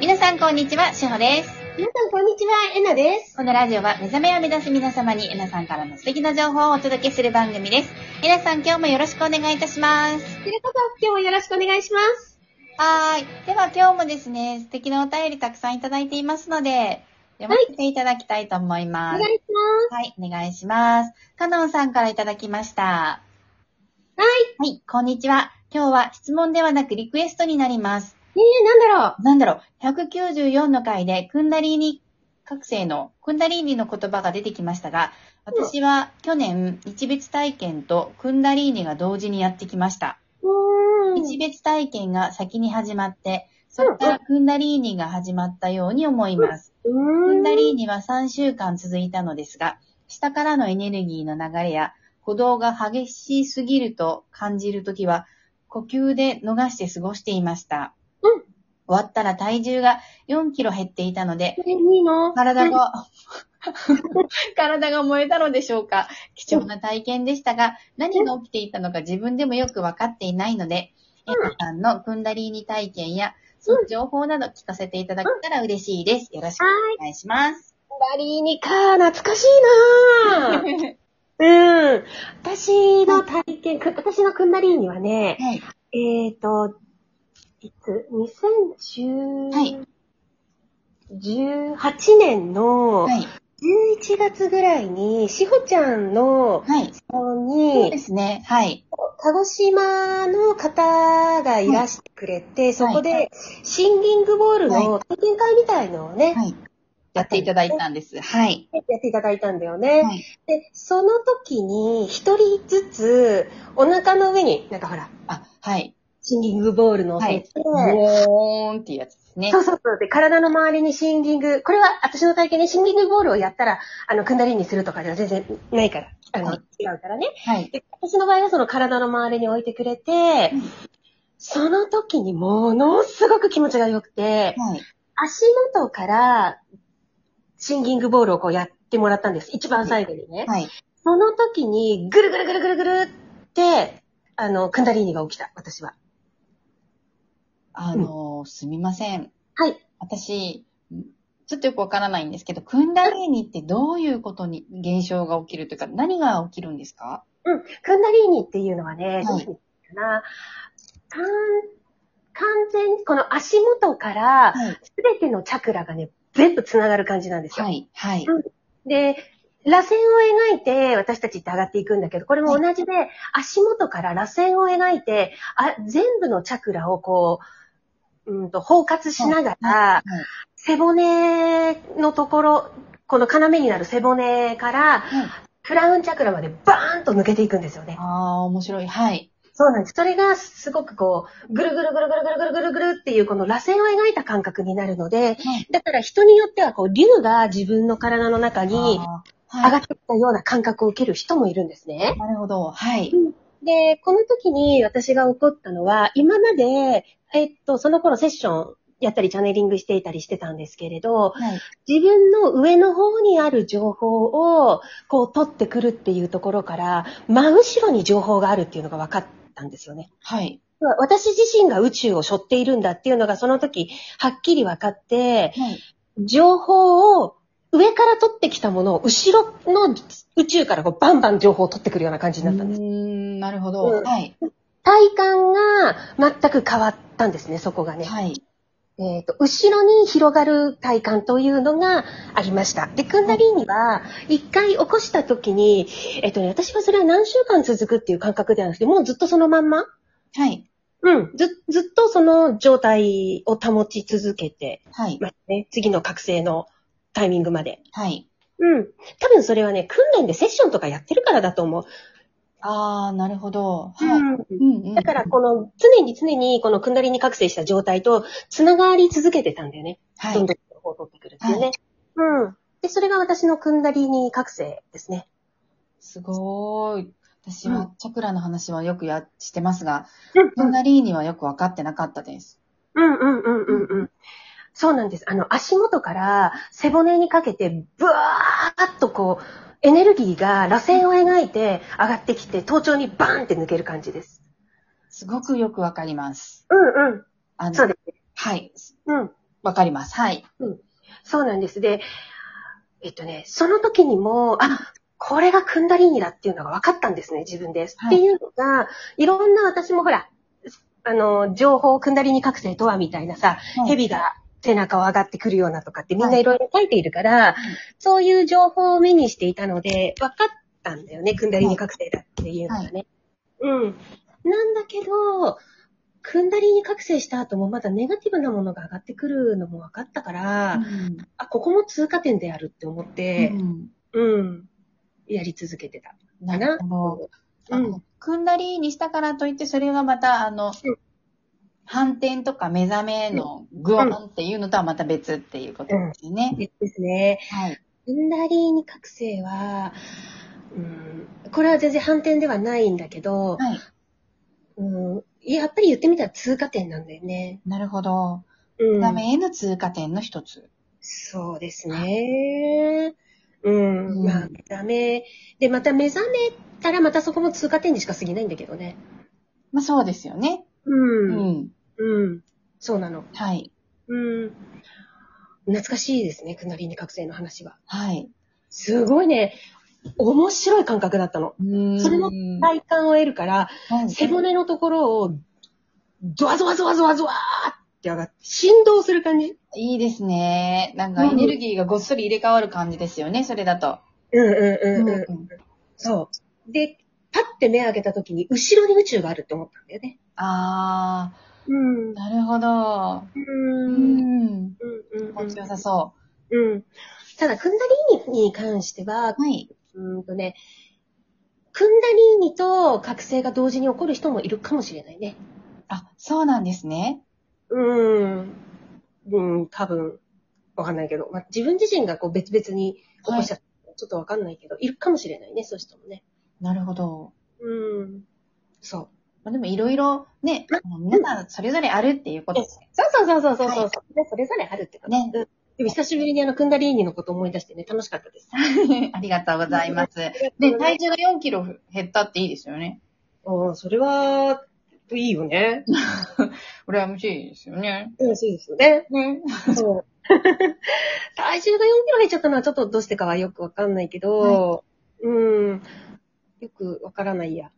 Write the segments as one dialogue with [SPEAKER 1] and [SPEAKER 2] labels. [SPEAKER 1] 皆さんこんにちは、しほです。
[SPEAKER 2] 皆さん、こんにちは。えなです。
[SPEAKER 1] このラジオは目覚めを目指す皆様に、えなさんからの素敵な情報をお届けする番組です。えなさん今日もよろしくお願いいたします。
[SPEAKER 2] ということで今日もよろしくお願いします。
[SPEAKER 1] はーい。では今日もですね、素敵なお便りたくさんいただいていますので、読ませていただきたいと思い
[SPEAKER 2] お
[SPEAKER 1] ま
[SPEAKER 2] 願
[SPEAKER 1] す。
[SPEAKER 2] いしま
[SPEAKER 1] はい、お願いします。かのんさんからいただきました。
[SPEAKER 2] す。はい。
[SPEAKER 1] はい、こんにちは。今日は質問ではなくリクエストになります。
[SPEAKER 2] えー、なんだろ
[SPEAKER 1] なんだろう、194の回で、クンダリーニ覚醒の、クンダリーニの言葉が出てきましたが、私は去年、一別体験とクンダリーニが同時にやってきました。
[SPEAKER 2] う。うーん。
[SPEAKER 1] 一別体験が先に始まって、そこか
[SPEAKER 2] う
[SPEAKER 1] らクンダリーニが始まったように思います。
[SPEAKER 2] う
[SPEAKER 1] ク
[SPEAKER 2] ーん。
[SPEAKER 1] ンダリーニは3週間続いたのですが、下からのエネルギーの流れや、鼓動が激しすぎると感じるときは、呼吸で逃して過ごしていました。
[SPEAKER 2] うん
[SPEAKER 1] 終わったら体重が4キロ減っていたので、
[SPEAKER 2] これいいの
[SPEAKER 1] 体が、 体が燃えたのでしょうか。貴重な体験でしたが、何が起きていたのか自分でもよく分かっていないので、エ
[SPEAKER 2] うん
[SPEAKER 1] ンさんのクンダリーニ体験や、その情報など聞かせていただけたら嬉しいです。よろしくお願いします。
[SPEAKER 2] クンダリーニか。懐かし いなうん。私の体験、く私のクンダリーニはね、
[SPEAKER 1] はい。
[SPEAKER 2] えーと、いつ ?2010、
[SPEAKER 1] はい
[SPEAKER 2] 18年の
[SPEAKER 1] はい。
[SPEAKER 2] 11月ぐらいに、しほちゃんの
[SPEAKER 1] はい。
[SPEAKER 2] 方
[SPEAKER 1] そう
[SPEAKER 2] に
[SPEAKER 1] で、すね。はい。
[SPEAKER 2] 鹿児島の方がいらしてくれて、そこ
[SPEAKER 1] は
[SPEAKER 2] でシンギングボールの体験会みたいのをね、
[SPEAKER 1] はい。やっていただいたんです。はい。
[SPEAKER 2] やっていただいたんだよね。
[SPEAKER 1] はい
[SPEAKER 2] で、その時に一人ずつお腹の上に、なんかほら、
[SPEAKER 1] あ、はい。
[SPEAKER 2] シンギングボールのをせて、
[SPEAKER 1] ボーンっていうやつですね
[SPEAKER 2] そ。うそうそう。で、体の周りにシンギング、これは私の体験でシンギングボールをやったら、あの、くんだりにするとかでは全然ないから、あの、
[SPEAKER 1] はい
[SPEAKER 2] 違うからね。
[SPEAKER 1] はい。
[SPEAKER 2] で私の場合はその体の周りに置いてくれて、
[SPEAKER 1] うん
[SPEAKER 2] その時にものすごく気持ちが良くて、
[SPEAKER 1] はい。
[SPEAKER 2] 足元からシンギングボールをこうやってもらったんです。一番最後にね。
[SPEAKER 1] はい。
[SPEAKER 2] その時にぐるぐるぐるぐるぐるって、あの、クンダリーニが起きた、私は。
[SPEAKER 1] あのー、すみません。
[SPEAKER 2] はい。
[SPEAKER 1] 私、ちょっとよくわからないんですけど、クンダリーニってどういうことに、現象が起きるというか、何が起きるんですか
[SPEAKER 2] うん。クンダリーニっていうのはね、
[SPEAKER 1] い
[SPEAKER 2] どういうふうに言うかな。かん完全にこの足元か
[SPEAKER 1] は
[SPEAKER 2] ら
[SPEAKER 1] い。
[SPEAKER 2] すべてのチャクラがね、全部繋がる感じなんですよ。
[SPEAKER 1] はい。はい。
[SPEAKER 2] で、螺旋を描いて私たちって上がっていくんだけど、これも同じで、足元から螺旋を描いて、あ全部のチャクラをこう、うんと包括しながら、
[SPEAKER 1] はい
[SPEAKER 2] 背骨のところ、この要になる背骨から、
[SPEAKER 1] はい。
[SPEAKER 2] クラウンチャクラまでバーンと抜けていくんですよね
[SPEAKER 1] あ。あ、面白い。はい。
[SPEAKER 2] そうなんです。それがすごくこう、ぐるぐるぐるぐるぐるぐるぐるぐるっていうこの螺旋を描いた感覚になるので、
[SPEAKER 1] はい。
[SPEAKER 2] だから人によってはこう、竜が自分の体の中に
[SPEAKER 1] あー
[SPEAKER 2] 上
[SPEAKER 1] は
[SPEAKER 2] がってきたような感覚を受ける人もいるんですね
[SPEAKER 1] い。。なるほど。はい。
[SPEAKER 2] で、この時に私が怒ったのは、今まで、えっと、その頃セッションやったり、チャネリングしていたりしてたんですけれど、
[SPEAKER 1] はい。
[SPEAKER 2] 自分の上の方にある情報を、こう、取ってくるっていうところから、真後ろに情報があるっていうのが分かったんですよね。
[SPEAKER 1] はい。
[SPEAKER 2] 私自身が宇宙を背負っているんだっていうのが、その時、はっきり分かって、
[SPEAKER 1] はい。
[SPEAKER 2] 情報を上から取ってきたものを後ろの宇宙からこうバンバン情報を取ってくるような感じになったんです。
[SPEAKER 1] うーん、なるほど。
[SPEAKER 2] うん
[SPEAKER 1] はい。
[SPEAKER 2] 体感が全く変わったんですね、そこがね。
[SPEAKER 1] はい。
[SPEAKER 2] えっ、と、後ろに広がる体感というのがありました。で、クンダリーニは、一回起こした時に、えっ、とね、私はそれは何週間続くっていう感覚ではなくて、もうずっとそのまんま、
[SPEAKER 1] はい。
[SPEAKER 2] うん、ず、ずっとその状態を保ち続けて
[SPEAKER 1] はい。
[SPEAKER 2] ますね。次の覚醒のタイミングまで。
[SPEAKER 1] はい。
[SPEAKER 2] うん。多分それはね、訓練でセッションとかやってるからだと思う。
[SPEAKER 1] ああ、なるほど。はい。
[SPEAKER 2] う
[SPEAKER 1] う
[SPEAKER 2] ん
[SPEAKER 1] んうん
[SPEAKER 2] だから、この、常に常に、このくんだりに覚醒した状態と、つながり続けてたんだよね。
[SPEAKER 1] は
[SPEAKER 2] どん
[SPEAKER 1] い。
[SPEAKER 2] どん情報を取ってくるっていうね。うん。で、それが私のくんだりに覚醒ですね。
[SPEAKER 1] すごーい。私は、チャクラの話はよくや、してますが、
[SPEAKER 2] う
[SPEAKER 1] クンダリーニはよくわかってなかったです。
[SPEAKER 2] うんうんうんうんうん。そうなんです。あの、足元から背骨にかけて、ブワーッとこう、エネルギーが螺旋を描いて上がってきて、頭頂にバーンって抜ける感じです。
[SPEAKER 1] すごくよくわかります。
[SPEAKER 2] うんうん。
[SPEAKER 1] あの
[SPEAKER 2] そうです。
[SPEAKER 1] はい。
[SPEAKER 2] うん。
[SPEAKER 1] わかります。はい。
[SPEAKER 2] そうなんです。で、えっとね、その時にも、あ、これがクンダリーニだっていうのが分かったんですね、自分です。
[SPEAKER 1] はい
[SPEAKER 2] っていうのが、いろんな私もほら、あの、情報クンダリーニ覚醒とはみたいなさ、
[SPEAKER 1] ビ
[SPEAKER 2] 蛇が背中を上がってくるようなとかってみん
[SPEAKER 1] は
[SPEAKER 2] ないいろいろ書いているから、そういう情報を目にしていたので、分かったんだよね、クンダリーニ覚醒だっていうのがね。うん。なんだけど、クンダリーニ覚醒した後もまだネガティブなものが上がってくるのも分かったから、あ、ここも通過点であるって思って、うん、やり続けてた。
[SPEAKER 1] なるほど。あ
[SPEAKER 2] うん
[SPEAKER 1] クンダリーにしたからといって、それがまた、あの
[SPEAKER 2] うん、
[SPEAKER 1] 反転とか目覚めのグワンっていうのとはまた別っていうことですよね。
[SPEAKER 2] ですね。
[SPEAKER 1] はい。
[SPEAKER 2] クンダリーニ覚醒は、うん、これは全然反転ではないんだけ
[SPEAKER 1] は
[SPEAKER 2] ど、
[SPEAKER 1] い。
[SPEAKER 2] うん、やっぱり言ってみたら通過点なんだよね。
[SPEAKER 1] なるほど。
[SPEAKER 2] う
[SPEAKER 1] 目
[SPEAKER 2] ん、
[SPEAKER 1] 覚めへの通過点の一つ。
[SPEAKER 2] そうですね。うん、
[SPEAKER 1] うん
[SPEAKER 2] まあ、目覚め。で、また目覚めたらまたそこも通過点にしか過ぎないんだけどね。
[SPEAKER 1] まあそうですよね。
[SPEAKER 2] う、
[SPEAKER 1] うんん。
[SPEAKER 2] うん、そうなの。
[SPEAKER 1] はい。
[SPEAKER 2] うん。懐かしいですね、クンダリーニ覚醒の話は。
[SPEAKER 1] はい。
[SPEAKER 2] すごいね、面白い感覚だったの。
[SPEAKER 1] そ
[SPEAKER 2] それも
[SPEAKER 1] は
[SPEAKER 2] 体感を得るから、
[SPEAKER 1] い。
[SPEAKER 2] 背骨のところを、ドワゾワゾワゾワゾワーって上がって、振動する感じ
[SPEAKER 1] いいですね。なんか
[SPEAKER 2] うん
[SPEAKER 1] エネルギーがごっそり入れ替わる感じですよね、それだと。
[SPEAKER 2] うんうんうんうん。
[SPEAKER 1] うん
[SPEAKER 2] そう。で、パッて目開けた時に、後ろに宇宙があるって思ったんだよね。
[SPEAKER 1] あ
[SPEAKER 2] うん
[SPEAKER 1] ー、。なるほど。う
[SPEAKER 2] うん。
[SPEAKER 1] ん。
[SPEAKER 2] う
[SPEAKER 1] 気持
[SPEAKER 2] ん
[SPEAKER 1] ちよさそ
[SPEAKER 2] うん。ただ、クンダリーニに関しては
[SPEAKER 1] う。、はい。
[SPEAKER 2] うーんとね、クンダリーニと覚醒が同時に起こる人もいるかもしれないね。
[SPEAKER 1] あ、そうなんですね。
[SPEAKER 2] うーん。うん、多分、わかんないけど、まあ、自分自身がこう別々に起こしちゃった、ちょっとわかんないけど、いるかもしれないね、そういう人もね。
[SPEAKER 1] なるほど。
[SPEAKER 2] うん。そ
[SPEAKER 1] まあ、でもいろいろね、あの皆さんそれぞれあるっていうことですね
[SPEAKER 2] う。。そうそうそうそうそうそう、
[SPEAKER 1] は
[SPEAKER 2] ねそれぞれあるってこと
[SPEAKER 1] ね
[SPEAKER 2] うんでも久しぶりにあの、クンダリーニのこと思い出してね、楽しかったです。
[SPEAKER 1] ありがとうございます。で、
[SPEAKER 2] で、
[SPEAKER 1] 体重が4キロ減ったっていいですよね。
[SPEAKER 2] おそれは、いいよね。
[SPEAKER 1] 羨ましいですよね。
[SPEAKER 2] うん、そうですよね。
[SPEAKER 1] ね。
[SPEAKER 2] そう。 体重が4キロ減っちゃったのはちょっとどうしてかはよくわかんないけど、うん。よくわからないや。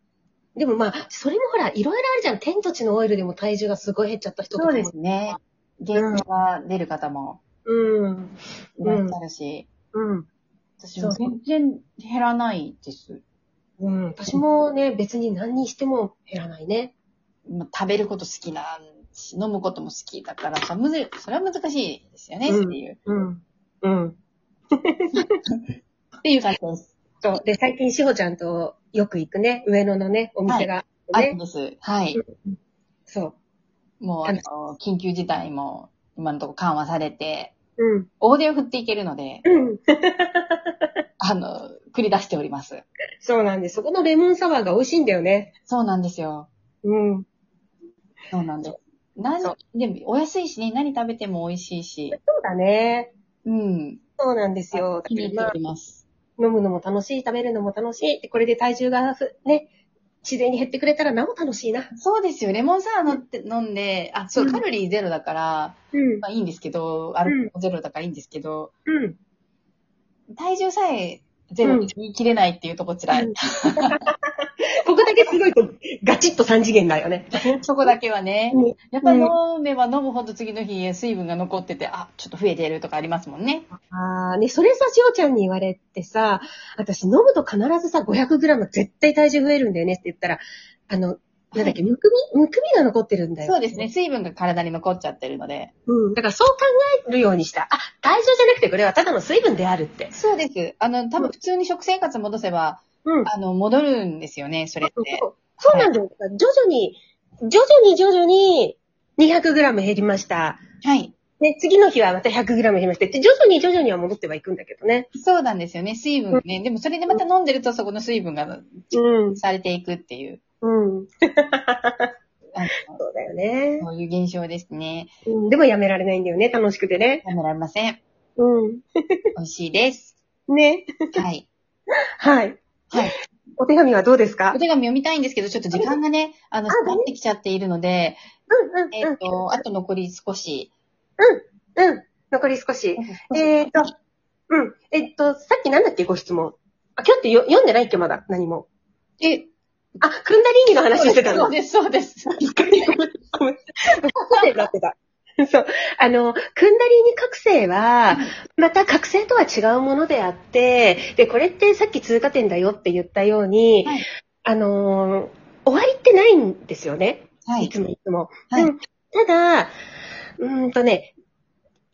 [SPEAKER 2] でもまあ、それもほら、いろいろあるじゃん。天と地のオイルでも体重がすごい減っちゃった人とか
[SPEAKER 1] そ
[SPEAKER 2] も。
[SPEAKER 1] うですね。現状が出る方も
[SPEAKER 2] うん。
[SPEAKER 1] いらっしゃるし、
[SPEAKER 2] うん。
[SPEAKER 1] 私も全然減らないです。
[SPEAKER 2] うん。私もね、別に何にしても減らないね。
[SPEAKER 1] まあ食べること好きなんし、飲むことも好きだからさ、むず、それは難しいですよね、
[SPEAKER 2] うん
[SPEAKER 1] っていう。
[SPEAKER 2] うん。うん。
[SPEAKER 1] っていう感じです。
[SPEAKER 2] そう。で、最近、しほちゃんとよく行くね、上野のね、お店が。
[SPEAKER 1] あるん
[SPEAKER 2] ね。
[SPEAKER 1] です。はい。
[SPEAKER 2] そ
[SPEAKER 1] もう、あの、緊急事態も今のところ緩和されて、
[SPEAKER 2] う。うん。
[SPEAKER 1] 大手を振っていけるので、
[SPEAKER 2] うん。
[SPEAKER 1] あの、繰り出しております。
[SPEAKER 2] そうなんです。そこのレモンサワーが美味しいんだよね。
[SPEAKER 1] そうなんですよ。
[SPEAKER 2] うん。
[SPEAKER 1] そうなんです。何
[SPEAKER 2] そう、
[SPEAKER 1] でも、お安いしね、何食べても美味しいし、
[SPEAKER 2] そうだね。
[SPEAKER 1] うん。
[SPEAKER 2] そうなんですよ。
[SPEAKER 1] 気に入っております。
[SPEAKER 2] 飲むのも楽しい、食べるのも楽しい。でこれで体重がふね、自然に減ってくれたらなお楽しいな。
[SPEAKER 1] そうですよ。レモンサワーのって飲んで、あ、そうう、
[SPEAKER 2] ん
[SPEAKER 1] カロリーゼロだから、
[SPEAKER 2] うん。
[SPEAKER 1] まあいいんですけど、アルコールゼロだからいいんですけど、
[SPEAKER 2] うん。
[SPEAKER 1] 体重さえゼロに言い切れないっていうとこつらい。
[SPEAKER 2] ここだけすごいと、ガチッと3次元だよね。
[SPEAKER 1] そこだけはね
[SPEAKER 2] うん。
[SPEAKER 1] やっぱり飲めば飲むほど次の日水分が残ってて、あ、ちょっと増えてるとかありますもんね。
[SPEAKER 2] ああ、ね、それさ、しおちゃんに言われてさ、私飲むと必ずさ、500g 絶対体重増えるんだよねって言ったら、あの、なんだっけ、むくみむくみが残ってるんだよ。
[SPEAKER 1] そうですね。。水分が体に残っちゃってるので。
[SPEAKER 2] うん。だからそう考えるようにした。あ、体重じゃなくてこれはただの水分であるって。
[SPEAKER 1] そうです。あの、多分普通に食生活戻せば、
[SPEAKER 2] うん。
[SPEAKER 1] あの、戻るんですよね、それって。
[SPEAKER 2] そうそうなんだよ。徐々に、徐々に徐々に 200g 減りました。
[SPEAKER 1] はい。
[SPEAKER 2] ね、次の日はまた 100g 減りまして、で徐々に徐々には戻ってはいくんだけどね。
[SPEAKER 1] そうなんですよね、水分ね。でもそれでまた飲んでるとそこの水分が
[SPEAKER 2] うん。
[SPEAKER 1] されていくっていう、
[SPEAKER 2] うん。
[SPEAKER 1] あの
[SPEAKER 2] そうだよね、
[SPEAKER 1] そういう現象ですね。
[SPEAKER 2] うん。でもやめられないんだよね、楽しくてね。
[SPEAKER 1] やめられません。
[SPEAKER 2] う
[SPEAKER 1] 美味しいです。
[SPEAKER 2] ん。ね。
[SPEAKER 1] はい。
[SPEAKER 2] はい。
[SPEAKER 1] はい。
[SPEAKER 2] お手紙はどうですか
[SPEAKER 1] お手紙読みたいんですけど、ちょっと時間がね、あの、
[SPEAKER 2] あ
[SPEAKER 1] 迫ってきちゃっているので、
[SPEAKER 2] うんうん
[SPEAKER 1] えっ、と、あと残り少し。
[SPEAKER 2] うんうん。残り少し。えーと、うん。えっと、さっきなんだっけ、ご質問。あ、今日ってよ読んでないっけ、まだ。何も。
[SPEAKER 1] え、
[SPEAKER 2] あ、クンダリーニの話してた
[SPEAKER 1] そ
[SPEAKER 2] の
[SPEAKER 1] う。です、そうです。
[SPEAKER 2] びっくり。ごめんごめんホテルなって た。そう。あの、クンダリーニ覚醒は、また覚醒とは違うものであって、で、これってさっき通過点だよって言ったように、
[SPEAKER 1] はい
[SPEAKER 2] あのー、終わりってないんですよね。
[SPEAKER 1] はいい。
[SPEAKER 2] つもいつも。
[SPEAKER 1] はい
[SPEAKER 2] うんただ、うーんとね、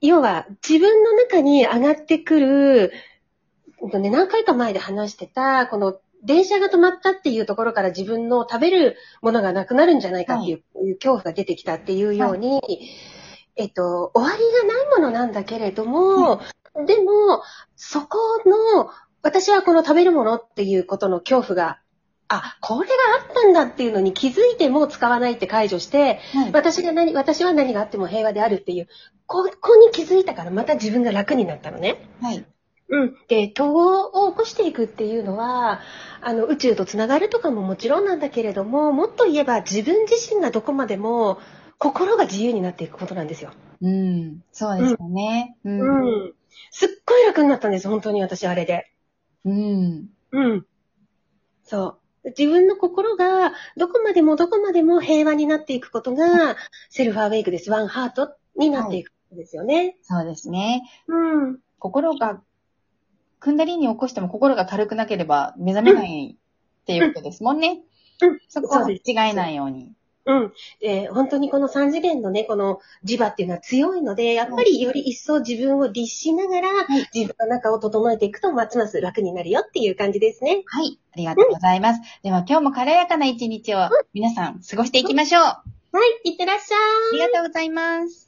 [SPEAKER 2] 要は自分の中に上がってくる、うんとね、何回か前で話してた、この電車が止まったっていうところから自分の食べるものがなくなるんじゃないかっていう,、恐怖が出てきたっていうように、えっと、終わりがないものなんだけれども、でも、そこの、私はこの食べるものっていうことの恐怖が、あ、これがあったんだっていうのに気づいても使わないって解除して、
[SPEAKER 1] はい。
[SPEAKER 2] 私が何、私は何があっても平和であるっていう、ここに気づいたからまた自分が楽になったのね。
[SPEAKER 1] はい。
[SPEAKER 2] うん。で、統合を起こしていくっていうのは、あの、宇宙とつながるとかももちろんなんだけれども、もっと言えば自分自身がどこまでも心が自由になっていくことなんですよ。
[SPEAKER 1] うん。そうですよね。う。
[SPEAKER 2] うんん。すっごい楽になったんです、本当に私あれで。
[SPEAKER 1] うん。
[SPEAKER 2] うん。そう。自分の心がどこまでもどこまでも平和になっていくことが、セルフアウェイクです。ワンハートになっていくんですよね。
[SPEAKER 1] そうですね。
[SPEAKER 2] うん。
[SPEAKER 1] 心が、くんだりに起こしても心が軽くなければ目覚めないっていうことですもんね。
[SPEAKER 2] うん
[SPEAKER 1] そこ
[SPEAKER 2] そ
[SPEAKER 1] は
[SPEAKER 2] う
[SPEAKER 1] 違
[SPEAKER 2] で
[SPEAKER 1] えないように。
[SPEAKER 2] うん。で、本当にこの三次元のね、この磁場っていうのは強いので、やっぱりより一層自分を律しながら、
[SPEAKER 1] い
[SPEAKER 2] 自分の中を整えていくと、ますます楽になるよっていう感じですね。
[SPEAKER 1] はい。ありがとうございます。では今日も軽やかな一日を皆さん過ごしていきましょう。あ
[SPEAKER 2] はい、いってらっしゃい。
[SPEAKER 1] りがとうございます。